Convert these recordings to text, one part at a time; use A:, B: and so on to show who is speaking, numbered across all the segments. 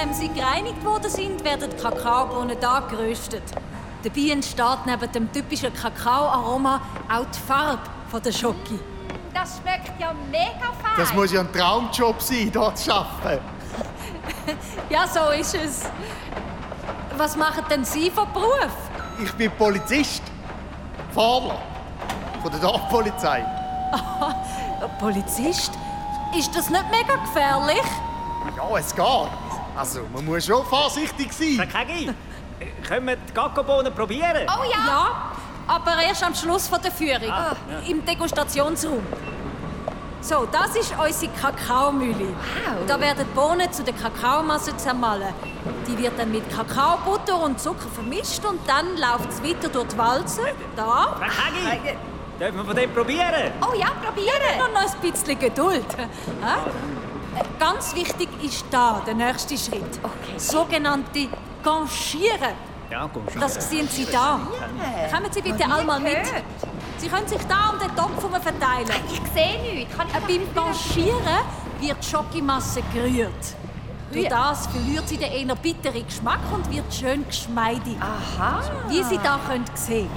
A: ähm, sie gereinigt worden sind, werden die Kakaobohnen da geröstet. Dabei entsteht neben dem typischen Kakaoaroma auch die Farbe von der Schoki.
B: Das schmeckt ja mega fein.
C: Das muss ja ein Traumjob sein, dort zu arbeiten.
A: Ja, so ist es. Was machen denn Sie von Beruf?
C: Ich bin Polizist. Fahrer. Von der Dorfpolizei.
A: Polizist? Ist das nicht mega gefährlich?
C: Ja, es geht. Also, man muss schon vorsichtig
D: Herr
C: sein.
D: Kegi, äh, können wir die Kakaobohnen probieren?
B: Oh ja.
A: Ja, aber erst am Schluss von der Führung.
D: Ah,
A: Im Degustationsraum. So, das ist unsere Kakaomühle.
B: Wow.
A: Da werden die Bohnen zu der Kakaomasse zermahlen. Die wird dann mit Kakaobutter und Zucker vermischt und dann läuft es weiter durch die Walze. Da.
D: Herr Kegi,
B: Äh,
D: dürfen wir von dem probieren?
B: Oh ja, probieren.
A: Und noch ein bisschen Geduld. Ja? Äh, Ganz wichtig ist da der nächste Schritt. Sogenannte Ganchieren.
D: Ja, komm schon.
A: Das sehen Sie da. Kommen Sie bitte alle mal mit.
B: gehört.
A: Sie können sich da um den Topf herum verteilen.
B: Ich sehe nichts. Kann ich
A: Äh, Beim
B: das probieren?
A: Blanchieren wird die Schokimasse gerührt. Durch
B: Rühr-
A: das verliert sie den eher bitteren Geschmack und wird schön geschmeidig,
B: Aha.
A: wie Sie da können sehen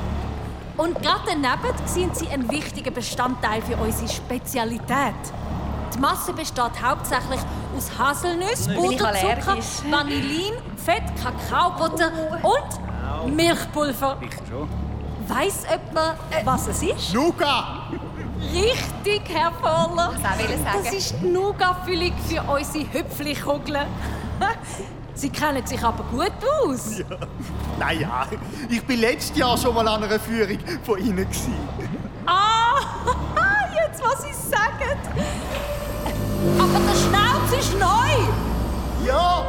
A: Und gerade daneben sind sie ein wichtiger Bestandteil für unsere Spezialität. Die Masse besteht hauptsächlich aus Haselnüsse,
B: ich
A: Puderzucker,
B: allergisch?
A: Vanillin, Fett, Kakaobutter
B: Oh.
A: und Milchpulver.
D: Sicher schon.
A: Weiß jemand, was es ist?
C: Luca!
A: Richtig, Herr Voller.
B: auch wollte sagen.
A: Das ist die Nougat-Füllung für unsere Hüpflikugeln. Sie kennen sich aber gut aus.
C: Naja, ich bin letztes Jahr schon mal an einer Führung von Ihnen. Gewesen.
A: Ah, jetzt was Sie sagen. Aber der Schnauz ist neu.
C: Ja!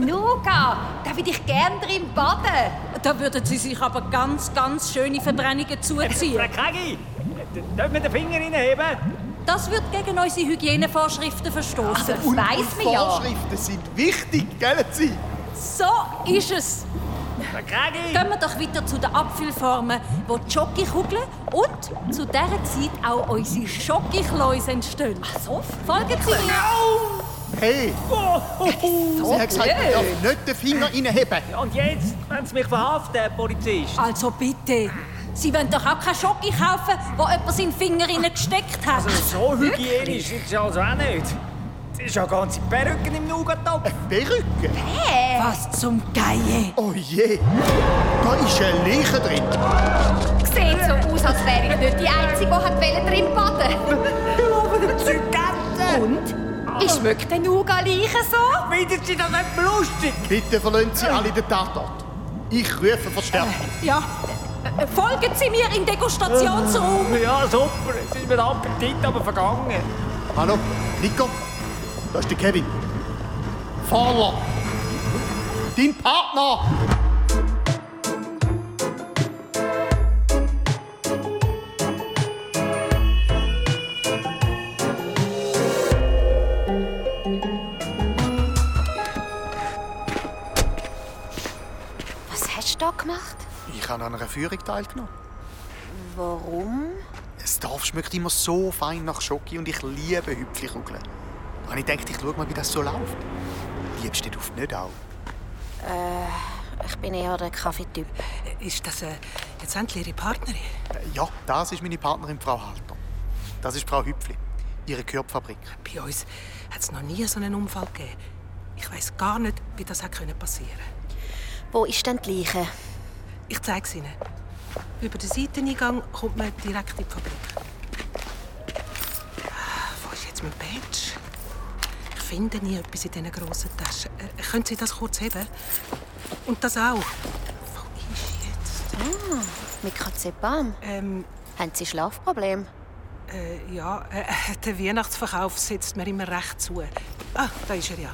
B: Nuga, da würde ich gerne drin baden.
A: Da würden Sie sich aber ganz, ganz schöne Verbrennungen
D: Herr
A: zuziehen.
D: Kegi, d- dürfen wir den Finger reinheben?
A: Das wird gegen unsere Hygienevorschriften verstoßen.
B: Das
C: Und
B: weiss
C: die
B: man ja.
C: Vorschriften sind wichtig, gell Sie?
A: So ist es.
D: Herr Kegi,
A: Gehen wir doch weiter zu den Abfüllformen, wo die Schokokugeln und zu dieser Zeit auch unsere Schokokläuse entstehen. Ach so, Genau. folgen Sie mir.
C: Hey!
B: Oh,
C: Sie hat gesagt, man darf nicht den Finger reinheben.
D: und jetzt wollen Sie mich verhaften, Polizist.
A: Also bitte, Sie wollen doch auch keine Schoki kaufen, wo jemand seinen Finger reingesteckt hat.
D: Also so hygienisch ist es also auch nicht. Es ist ja ganze Perücken im Nougat-Topf.
C: Berücken?
B: Äh,
A: Was zum Geier.
C: Oh je! Da ist eine Leiche drin.
B: Sieht so aus, als wäre ich nicht die Einzige, die hat wollte drin baden Und? Ich schmeckt den Nuga leichen so?
D: Findet Sie das nicht lustig?
C: Bitte verlassen Sie alle den Tatort. Ich rufe Verstärkung.
A: Ja, äh, folgen Sie mir in den Degustationsraum.
D: Ja, super. Jetzt ist mir der Appetit aber vergangen.
C: Hallo, Nico, da ist der Kevin. Fahrer, dein Partner.
B: Was hast du da gemacht?
C: Ich habe an einer Führung teilgenommen.
B: Warum?
C: Das Dorf schmeckt immer so fein nach Schoki und ich liebe Hüpflikugeln. Und ich dachte, ich schaue mal, wie das so läuft. Liebst du den Duft nicht auch?
E: Ich bin eher der Kaffeetyp.
F: Ist das äh, jetzt endlich Ihre Partnerin?
C: Äh, Ja, das ist meine Partnerin, Frau Halter. Das ist Frau Hüpfli, ihre Körbfabrik.
F: Bei uns hat es noch nie so einen Unfall gegeben. Ich weiß gar nicht, wie das hat können passieren
E: Wo ist denn die Leiche?
F: Ich zeige es Ihnen. Über den Seiteneingang kommt man direkt in die Fabrik. Ah, Wo ist jetzt mein Badge? Ich finde nie etwas in diesen grossen Taschen. Äh, können Sie das kurz heben? Und das auch. Wo ist jetzt?
E: Mit Katzebam?
F: Ähm,
E: Haben Sie Schlafproblem?
F: äh, ja, äh, der Weihnachtsverkauf sitzt mir immer recht zu. Ah, da ist er ja.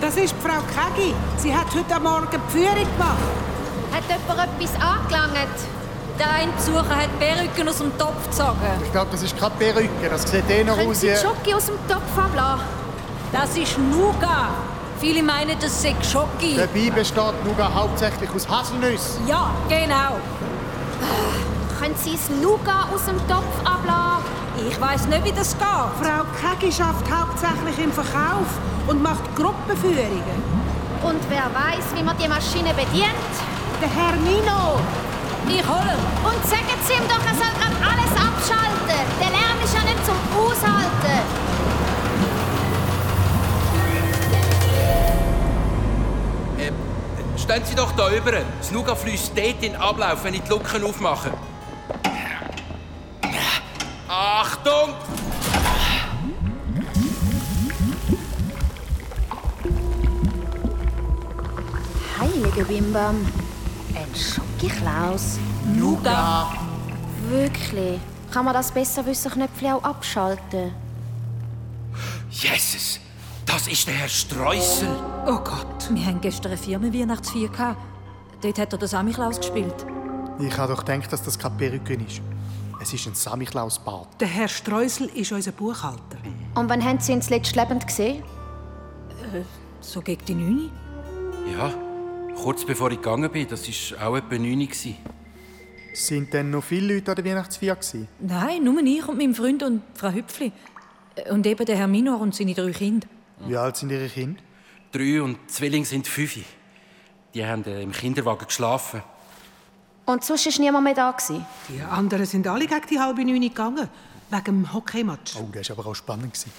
G: Das ist Frau Kegi. Sie hat heute Morgen die Führung gemacht.
B: Hat jemand etwas angelangt?
A: Der eine Besucher hat Perücken aus dem Topf gezogen.
C: Ich glaube, das ist gerade Perücke. Das sieht eh noch
B: Können
C: aus
B: Sie
C: wie...
B: die Schoki aus dem Topf ablassen?
A: Das ist Nougat. Viele meinen, das sei Schoki.
C: Dabei besteht Nougat hauptsächlich aus Haselnüssen.
A: Ja, genau.
B: Können Sie das Nuga aus dem Topf ablassen?
A: Ich weiß weiß nicht, wie das geht.
G: Frau Kegi schafft hauptsächlich im Verkauf und macht Gruppenführungen.
B: Und wer weiß, wie man die Maschine bedient?
G: Der Herr Nino,
A: Ich hole ihn.
B: Und sagen Sie ihm doch, er soll gerade alles abschalten. Der Lärm ist ja nicht zum Aushalten.
H: Stehen Sie doch da über. Das Nougat-Fleisch steht in Ablauf, wenn ich die Lucken aufmache. Achtung!
E: Heilige Bimbam. Ein Schocki Klaus.
A: Nougat.
E: Wirklich. Kann man das besser wissen Knöpfchen auch abschalten?
H: Jesus, das ist der Herr Streusel.
F: Oh Gott.
A: Wir hatten gestern eine Firmenweihnachtsfeier. gehabt. Dort hat er den Samichlaus gespielt.
C: Ich habe doch gedacht, dass das keine Perücke ist. Es ist ein Samichlaus-Bart.
F: Der Herr Streusel ist unser Buchhalter.
E: Und wann haben Sie ihn zuletzt lebend gesehen?
A: So gegen die Neuni.
H: Ja, kurz bevor ich gegangen bin, das war auch etwa 9 Uhr. gewesen.
C: Sind denn noch viele Leute an der Weihnachtsfeier? gewesen?
A: Nein, nur ich und mein Freund und Frau Hüpfli. Äh, Und eben der Herr Minor und seine drei Kinder.
C: Wie alt sind Ihre Kinder?
H: Drei und die Zwillinge sind fünf. Die haben äh, im Kinderwagen geschlafen.
E: Und sonst war niemand mehr da. Gewesen.
F: Die anderen sind alle gegen die halbe Neun gegangen. Wegen dem Hockeymatch.
C: Oh, das war aber auch spannend. gewesen.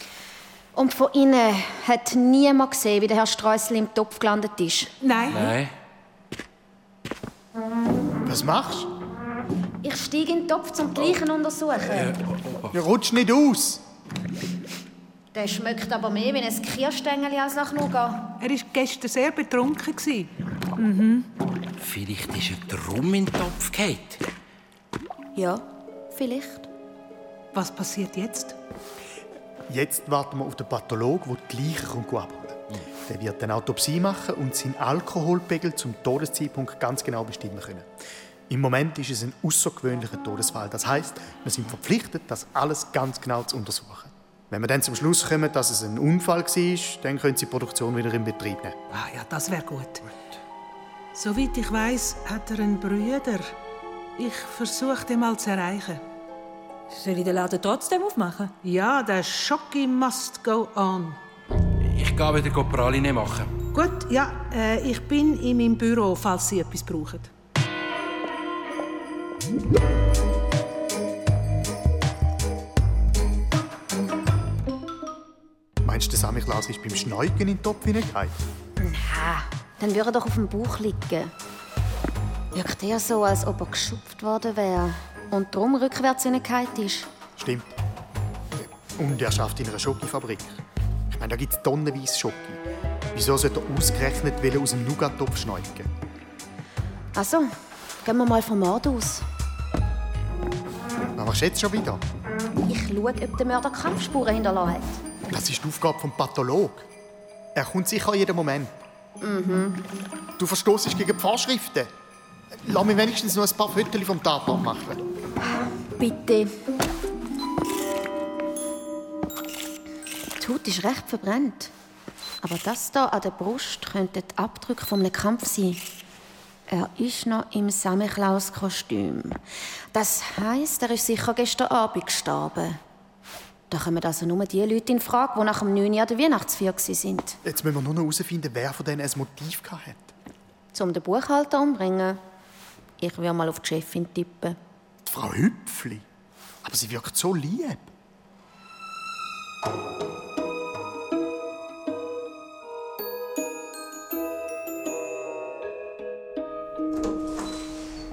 E: Und von Ihnen hat niemand gesehen, wie der Herr Streusel im Topf gelandet ist.
F: Nein.
H: Nein.
C: Was machst du?
E: Ich steige in den Topf zum gleichen Untersuchen.
C: Ja, rutsch nicht aus!
B: Der schmeckt aber mehr wie ein Kirschstängel als nach Nougat.
F: Er war gestern sehr betrunken. gewesen.
H: Vielleicht ist er drum in den Topf gefallen.
E: Ja, vielleicht.
F: Was passiert jetzt?
C: Jetzt warten wir auf den Pathologen, der die Leiche kommt abholen Der wird eine Autopsie machen und seinen Alkoholpegel zum Todeszeitpunkt ganz genau bestimmen können. Im Moment ist es ein außergewöhnlicher Todesfall. Das heißt, wir sind verpflichtet, das alles ganz genau zu untersuchen. Wenn wir dann zum Schluss kommen, dass es ein Unfall war, dann können Sie die Produktion wieder in Betrieb nehmen.
F: Ah ja, das wäre gut. Soweit ich weiß, hat er einen Bruder. Ich versuche, den mal zu erreichen.
A: Soll ich den Laden trotzdem aufmachen?
F: Ja, der Schocki must go on.
H: Ich gehe wieder Praline machen.
F: Gut, ja, äh, ich bin in meinem Büro, falls Sie etwas brauchen.
C: Meinst du, der Samichlaus ist beim Schneugen in den Topf hineingehauen?
E: Nein, dann würde er doch auf dem Bauch liegen. Wirkt eher so, als ob er geschupft worden wäre und drum rückwärts hineingehalten ist.
C: Stimmt. Und er schafft in einer Schokifabrik. Ich meine, da gibt es tonnenweise Schoki. Wieso sollte er ausgerechnet wollen, aus dem Nougat-Topf schneugen?
E: Also, gehen wir mal vom Mord aus.
C: Was machst du jetzt schon wieder?
E: Ich schaue, ob der Mörder Kampfspuren hinterlassen hat.
C: Das ist die Aufgabe des Pathologen. Er kommt sicher jeden Moment. Du verstoßest gegen die Vorschriften. Lass mich wenigstens noch ein paar Fotos vom Tatort machen.
E: Bitte. Die Haut ist recht verbrannt. Aber das hier an der Brust könnte der Abdruck von einem Kampf sein. Er ist noch im Samichlaus-Kostüm. Das heisst, er ist sicher gestern Abend gestorben. Da kommen also nur die Leute in Frage, die nach dem 9. Uhr an der Weihnachtsfeier waren.
C: Jetzt müssen wir nur noch herausfinden, wer von denen ein Motiv hatte.
E: Um den Buchhalter umbringen. Ich würde mal auf die Chefin tippen.
C: Die Frau Hüpfli. Aber sie wirkt so lieb.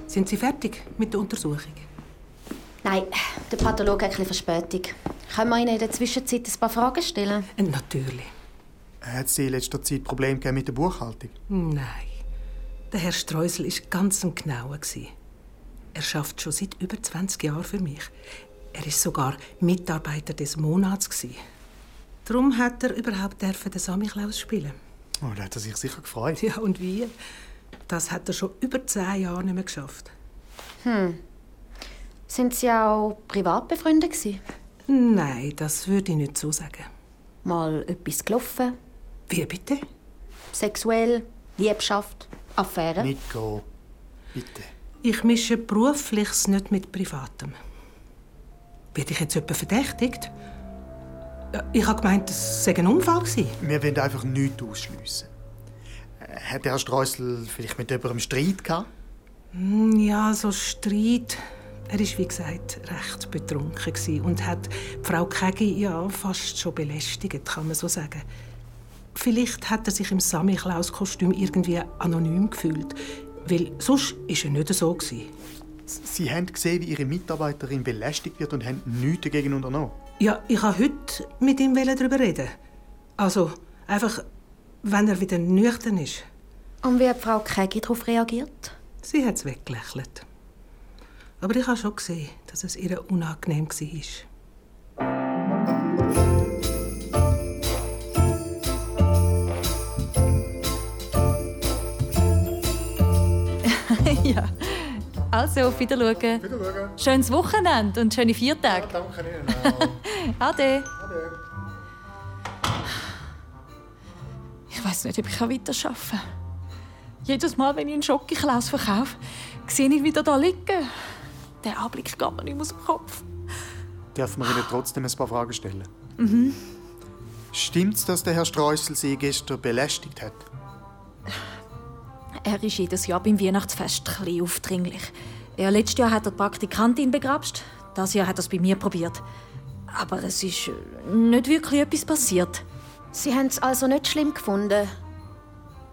F: Sind Sie fertig mit der Untersuchung?
E: Nein, der Pathologe hat ein bisschen Verspätung. Können wir Ihnen in der Zwischenzeit ein paar Fragen stellen?
F: Äh, natürlich.
C: Hat sie in letzter Zeit Probleme gegeben mit der Buchhaltung?
F: Nein. Der Herr Streusel war ganz ein Genauer. gewesen. Er schafft schon seit über 20 Jahren für mich. Er ist sogar Mitarbeiter des Monats. gewesen. Darum hat er überhaupt dürfen den Samichlaus spielen.
C: Oh, da hat er sich sicher gefreut.
F: Ja, und wie? Das hat er schon über 10 Jahre nicht mehr geschafft.
E: Sind Sie auch privat befreundet gewesen?
F: Nein, das würde ich nicht so sagen.
E: Mal etwas gelaufen?
F: Wie bitte?
E: Sexuell? Liebschaft? Affäre?
C: Nico, bitte.
F: Ich mische Berufliches nicht mit Privatem. Wird ich jetzt jemand verdächtigt? Ja, Ich habe gemeint, das sei ein Unfall gewesen.
C: Wir wollen einfach nichts ausschliessen. Äh, Hat Herr Streusel vielleicht mit jemandem Streit gehabt?
F: Hm, Ja, so Streit. Er ist wie gesagt recht betrunken gewesen und hat die Frau Kegi ja fast schon belästigt, kann man so sagen. Vielleicht hat er sich im Sammy Klaus Kostüm irgendwie anonym gefühlt, weil sonst ist er nicht so gewesen.
C: Sie haben gesehen, wie Ihre Mitarbeiterin belästigt wird und haben nichts dagegen unternommen.
F: Ja, ich wollte heute mit ihm darüber reden. Also einfach, wenn er wieder nüchtern ist.
E: Und wie hat Frau Kegi darauf reagiert?
F: Sie hat es weggelächelt. Aber ich habe schon gesehen, dass es ihr unangenehm war.
A: ja. Also, auf Wiederschauen. Schönes Wochenende und schöne Viertage.
C: danke Ihnen
A: Ade. Ich weiß nicht, ob ich weiterarbeiten kann. Jedes Mal, wenn ich einen Schokoklaus verkaufe, sehe ich ihn wieder da liegen. Der Anblick geht mir nicht mehr aus dem Kopf.
C: Darf man Ihnen trotzdem ein paar Fragen stellen? Mhm. Stimmt's, dass der Herr Streusel Sie gestern belästigt hat?
A: Er ist jedes Jahr beim Weihnachtsfest ein bisschen aufdringlich. Ja, letztes Jahr hat er die Praktikantin begrapscht. Das Jahr hat er es bei mir probiert. Aber es ist äh, nicht wirklich etwas passiert.
E: Sie haben es also nicht schlimm gefunden.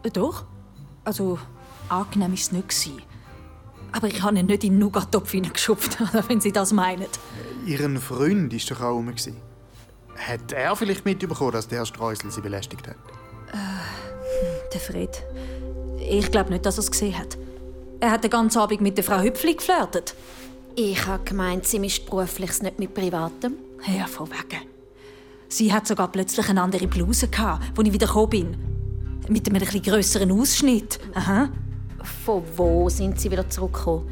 A: Äh, Doch. Also, angenehm war es nicht. gewesen. Aber ich habe ihn nicht in den Nougat-Topf hineingeschupft, wenn Sie das meinen.
C: Ihren Freund war doch auch rum. gewesen. Hat er vielleicht mitbekommen, dass der Herr Streusel Sie belästigt hat?
A: Der Fred. Ich glaube nicht, dass er es gesehen hat. Er hat den ganzen Abend mit der Frau Hüpfli geflirtet.
E: Ich habe gemeint, sie mischt Berufliches nicht mit Privatem.
A: Ja, von wegen. Sie hat sogar plötzlich eine andere Bluse gehabt, als ich wieder gekommen bin. Mit einem etwas grösseren Ausschnitt. Aha.
E: Von wo sind sie wieder zurückgekommen?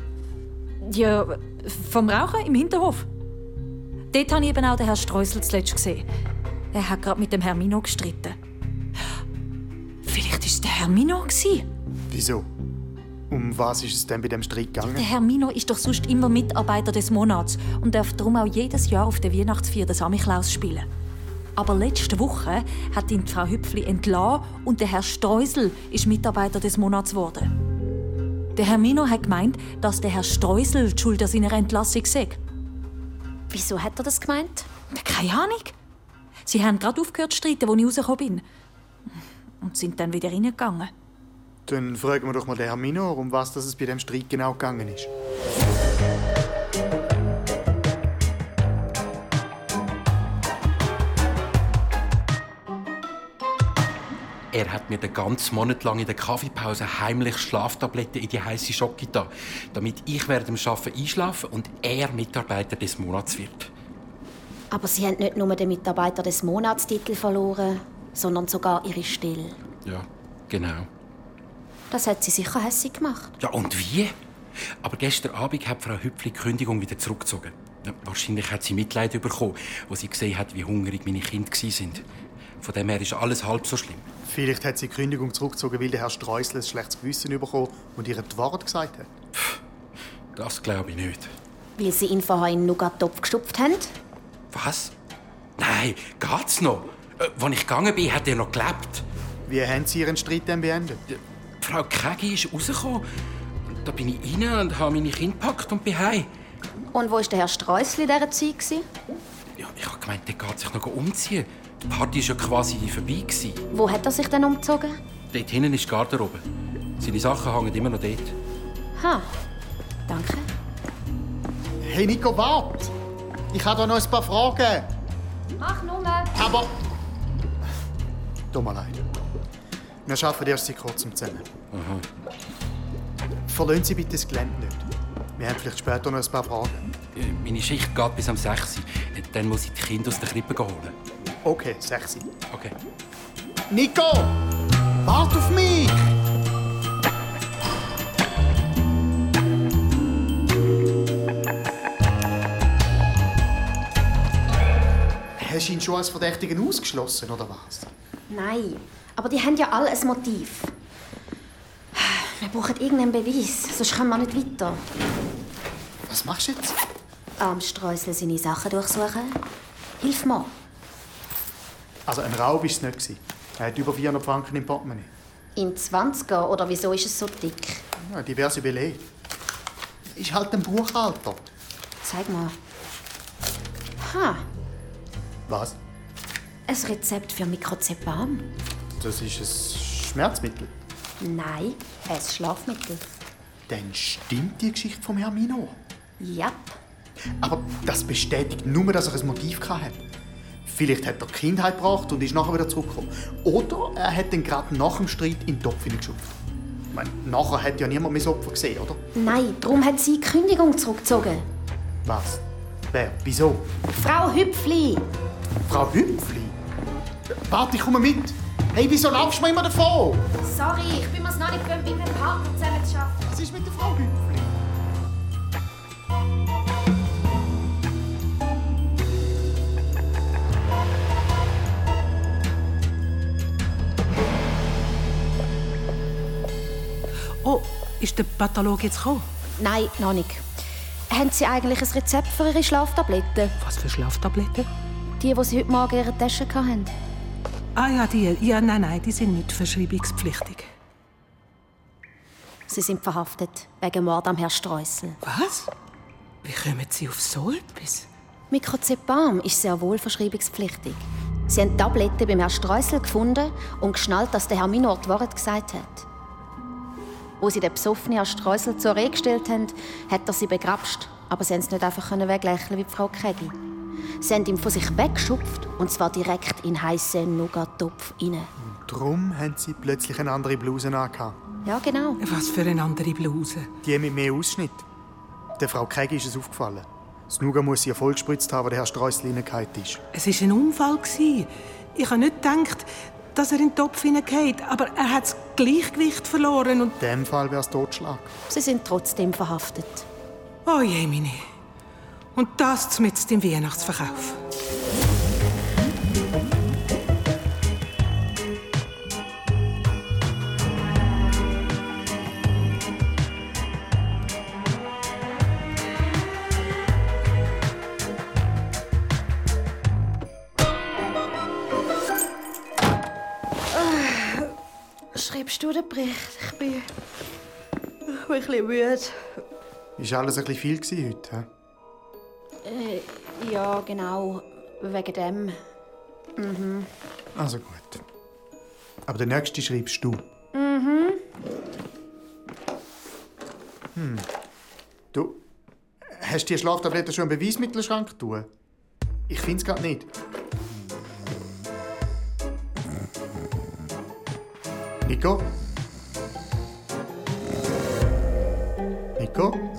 A: Ja, vom Rauchen im Hinterhof. Dort habe ich eben auch den Herrn Streusel zuletzt gesehen. Er hat gerade mit dem Hermino gestritten. Vielleicht war es der Hermino. gewesen.
C: Wieso? Um was ist es denn bei dem Streit
A: Der
C: gegangen?
A: Hermino ist doch sonst immer Mitarbeiter des Monats und darf darum auch jedes Jahr auf der Weihnachtsfeier den Samichlaus spielen. Aber letzte Woche hat ihn die Frau Hüpfli entlassen und der Herr Streusel ist Mitarbeiter des Monats geworden. Der Hermino hat gemeint, dass der Herr Streusel die Schuld an seiner Entlassung sei.
E: Wieso hat er das gemeint?
A: Keine Ahnung. Sie haben gerade aufgehört zu streiten, als ich rausgekommen bin. Und sind dann wieder reingegangen.
C: Dann fragen wir doch mal den Herrn Minor, um was dass es bei dem Streit genau gegangen ist.
H: Er hat mir den ganzen Monat lang in der Kaffeepause heimlich Schlaftabletten in die heiße Schocke da, damit ich während dem Arbeiten einschlafe und er Mitarbeiter des Monats wird.
E: Aber sie haben nicht nur den Mitarbeiter des Monatstitel verloren, sondern sogar ihre Stille.
H: Ja, genau.
E: Das hat sie sicher hässlich gemacht.
H: Ja, und wie? Aber gestern Abend hat Frau Hüpfli die Kündigung wieder zurückgezogen. Ja, wahrscheinlich hat sie Mitleid bekommen, wo sie gesehen hat, wie hungrig meine Kinder waren. Von dem her ist alles halb so schlimm.
C: Vielleicht hat sie die Kündigung zurückgezogen, weil der Herr Streusel ein schlechtes Gewissen bekommen und ihr die Wahrheit gesagt hat.
H: Das glaube ich nicht.
E: Weil sie ihn vorher in den Nougat-Topf gestopft haben?
H: Was? Nein, geht's noch? Äh, als ich gegangen bin, hat er noch gelebt.
C: Wie haben Sie Ihren Streit denn beendet?
H: Frau Kegi ist rausgekommen. Und Da bin ich rein und habe meine Kinder gepackt und bin heim.
E: Und wo war der Herr Streusli in dieser Zeit? gewesen?
H: Ja, ich habe gemeint, der geht sich noch umziehen. Die Party war ja quasi vorbei. Gewesen.
E: Wo hat er sich denn umgezogen?
H: Dort hinten ist die Garderobe. Seine Sachen hängen immer noch dort.
E: Ha, danke.
C: Hey Nico, wart! Ich habe da noch ein paar Fragen.
B: Mach nur.
C: Aber. Tut mir leid. Wir arbeiten erst seit kurzem zusammen. Verlassen Sie bitte das Gelände nicht. Wir haben vielleicht später noch ein paar Fragen.
H: Äh, Meine Schicht geht bis am 6 Uhr. Äh, Dann muss ich die Kinder aus der Krippe holen.
C: Okay, sexy.
H: Okay.
C: Nico! Wart auf mich! Hast du ihn schon als Verdächtigen ausgeschlossen, oder was?
E: Nein, aber die haben ja alle ein Motiv. Wir brauchen irgendeinen Beweis, sonst kommen wir nicht weiter.
C: Was machst du jetzt?
E: Am Streusel seine Sachen durchsuchen? Hilf mir.
C: Also ein Raub war es nicht. gewesen. Er hat über 400 Franken im Portemonnaie.
E: In 20er oder wieso ist es so dick?
C: Ja, diverse Belege. Ist halt ein Buchhalter.
E: Zeig mal. Ha,
C: Was?
E: ein Rezept für Mikrozepam.
C: Das ist ein Schmerzmittel.
E: Nein, ein Schlafmittel.
C: Dann stimmt die Geschichte vom Herrn Minor.
E: Ja,
C: Aber das bestätigt nur, dass er ein Motiv hatte. Vielleicht hat er die Kindheit gebracht und ist nachher wieder zurückgekommen. Oder er hat ihn gerade nach dem Streit in den Topf hineingeschupft. Ich meine, nachher hat ja niemand mehr das Opfer gesehen, oder?
E: nein, darum hat sie die Kündigung zurückgezogen.
C: Was? Wer? Wieso?
E: Frau Hüpfli!
C: Frau Hüpfli? Warte, ich komme mit! Hey, wieso laufst du mir immer davon?
B: Sorry, ich bin mir's noch nicht gewöhnt, mit meinem Partner zusammen zu arbeiten.
C: Was ist mit der Frau Hüpfli?
F: Oh, ist der Pathologe jetzt gekommen?
E: Nein, noch nicht. Haben Sie eigentlich ein Rezept für Ihre Schlaftabletten?
F: Was für Schlaftabletten?
E: Die, die Sie heute Morgen in Ihrer Tasche hatten?
F: Ah ja, die. Ja, nein, nein, die sind nicht verschreibungspflichtig.
E: Sie sind verhaftet, wegen Mord am Herrn Streusel.
F: Was? Wie kommen Sie auf so etwas?
E: Mikrozepam ist sehr wohl verschreibungspflichtig. Sie haben die Tablette beim Herrn Streusel gefunden und geschnallt, dass der Herr Minor die Wahrheit gesagt hat. Wo sie den besoffenen Herrn Streusel zur Rede gestellt haben, hat er sie begrapscht. Aber sie haben es nicht einfach können weglächeln wie die Frau Kegi. Sie haben ihn von sich weggeschupft und zwar direkt in heißen Nougat-Topf rein.
C: Drum haben sie plötzlich eine andere Bluse angehabt.
E: Ja, genau.
F: Was für eine andere Bluse.
C: Die mit mehr Ausschnitt. Der Frau Kegi ist es aufgefallen. Das Nougat muss sie ja voll gespritzt haben, wo der Herr Streusel reingehauen ist.
F: Es war ein Unfall. gewesen. Ich habe nicht gedacht, dass er in den Topf hineingeht, aber er hat das Gleichgewicht verloren und...
C: In dem Fall wäre es Totschlag.
E: Sie sind trotzdem verhaftet.
F: Oh je, meine. Und das mit im Weihnachtsverkauf.
E: Schreibst du den Bericht? Ich bin. Ich bin ein bisschen müde.
C: Ist alles ein bisschen viel gewesen heute, hä?
E: Ja, genau. Wegen dem.
C: Also gut. Aber den nächsten schreibst du. Mhm. Hm. Hm. Du, hast du die Schlaftablette schon im Beweismittelschrank getan? Ich finde es gerade nicht. Nico? Nico?